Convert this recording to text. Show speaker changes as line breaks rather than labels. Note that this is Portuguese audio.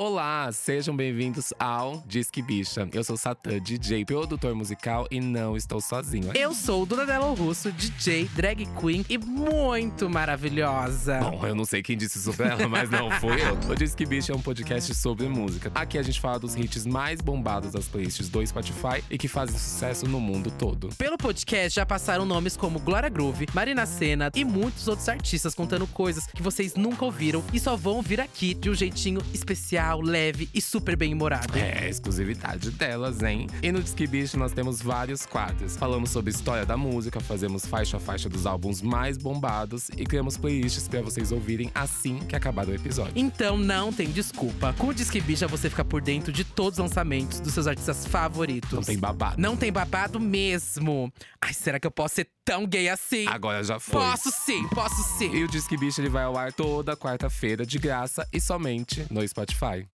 Olá, sejam bem-vindos ao Disque Bicha. Eu sou Satã, DJ, produtor musical e não estou sozinho.
Eu sou Donadelo Russo, DJ, drag queen e muito maravilhosa.
Bom, eu não sei quem disse isso pra ela, mas não fui eu. O Disque Bicha é um podcast sobre música. Aqui a gente fala dos hits mais bombados das playlists do Spotify e que fazem sucesso no mundo todo.
Pelo podcast já passaram nomes como Glória Groove, Marina Senna e muitos outros artistas contando coisas que vocês nunca ouviram e só vão ouvir aqui de um jeitinho especial, leve e super bem-humorado.
É, exclusividade delas, hein? E no Disque Bicho nós temos vários quadros. Falamos sobre história da música, fazemos faixa a faixa dos álbuns mais bombados e criamos playlists pra vocês ouvirem assim que acabar o episódio.
Então não tem desculpa. Com o Disque Bicha você fica por dentro de todos os lançamentos dos seus artistas favoritos.
Não tem babado.
Não tem babado mesmo. Ai, será que eu posso ser tão gay assim?
Agora já foi.
posso sim, posso sim.
E o Disque Bicho ele vai ao ar toda quarta-feira de graça e somente no Spotify.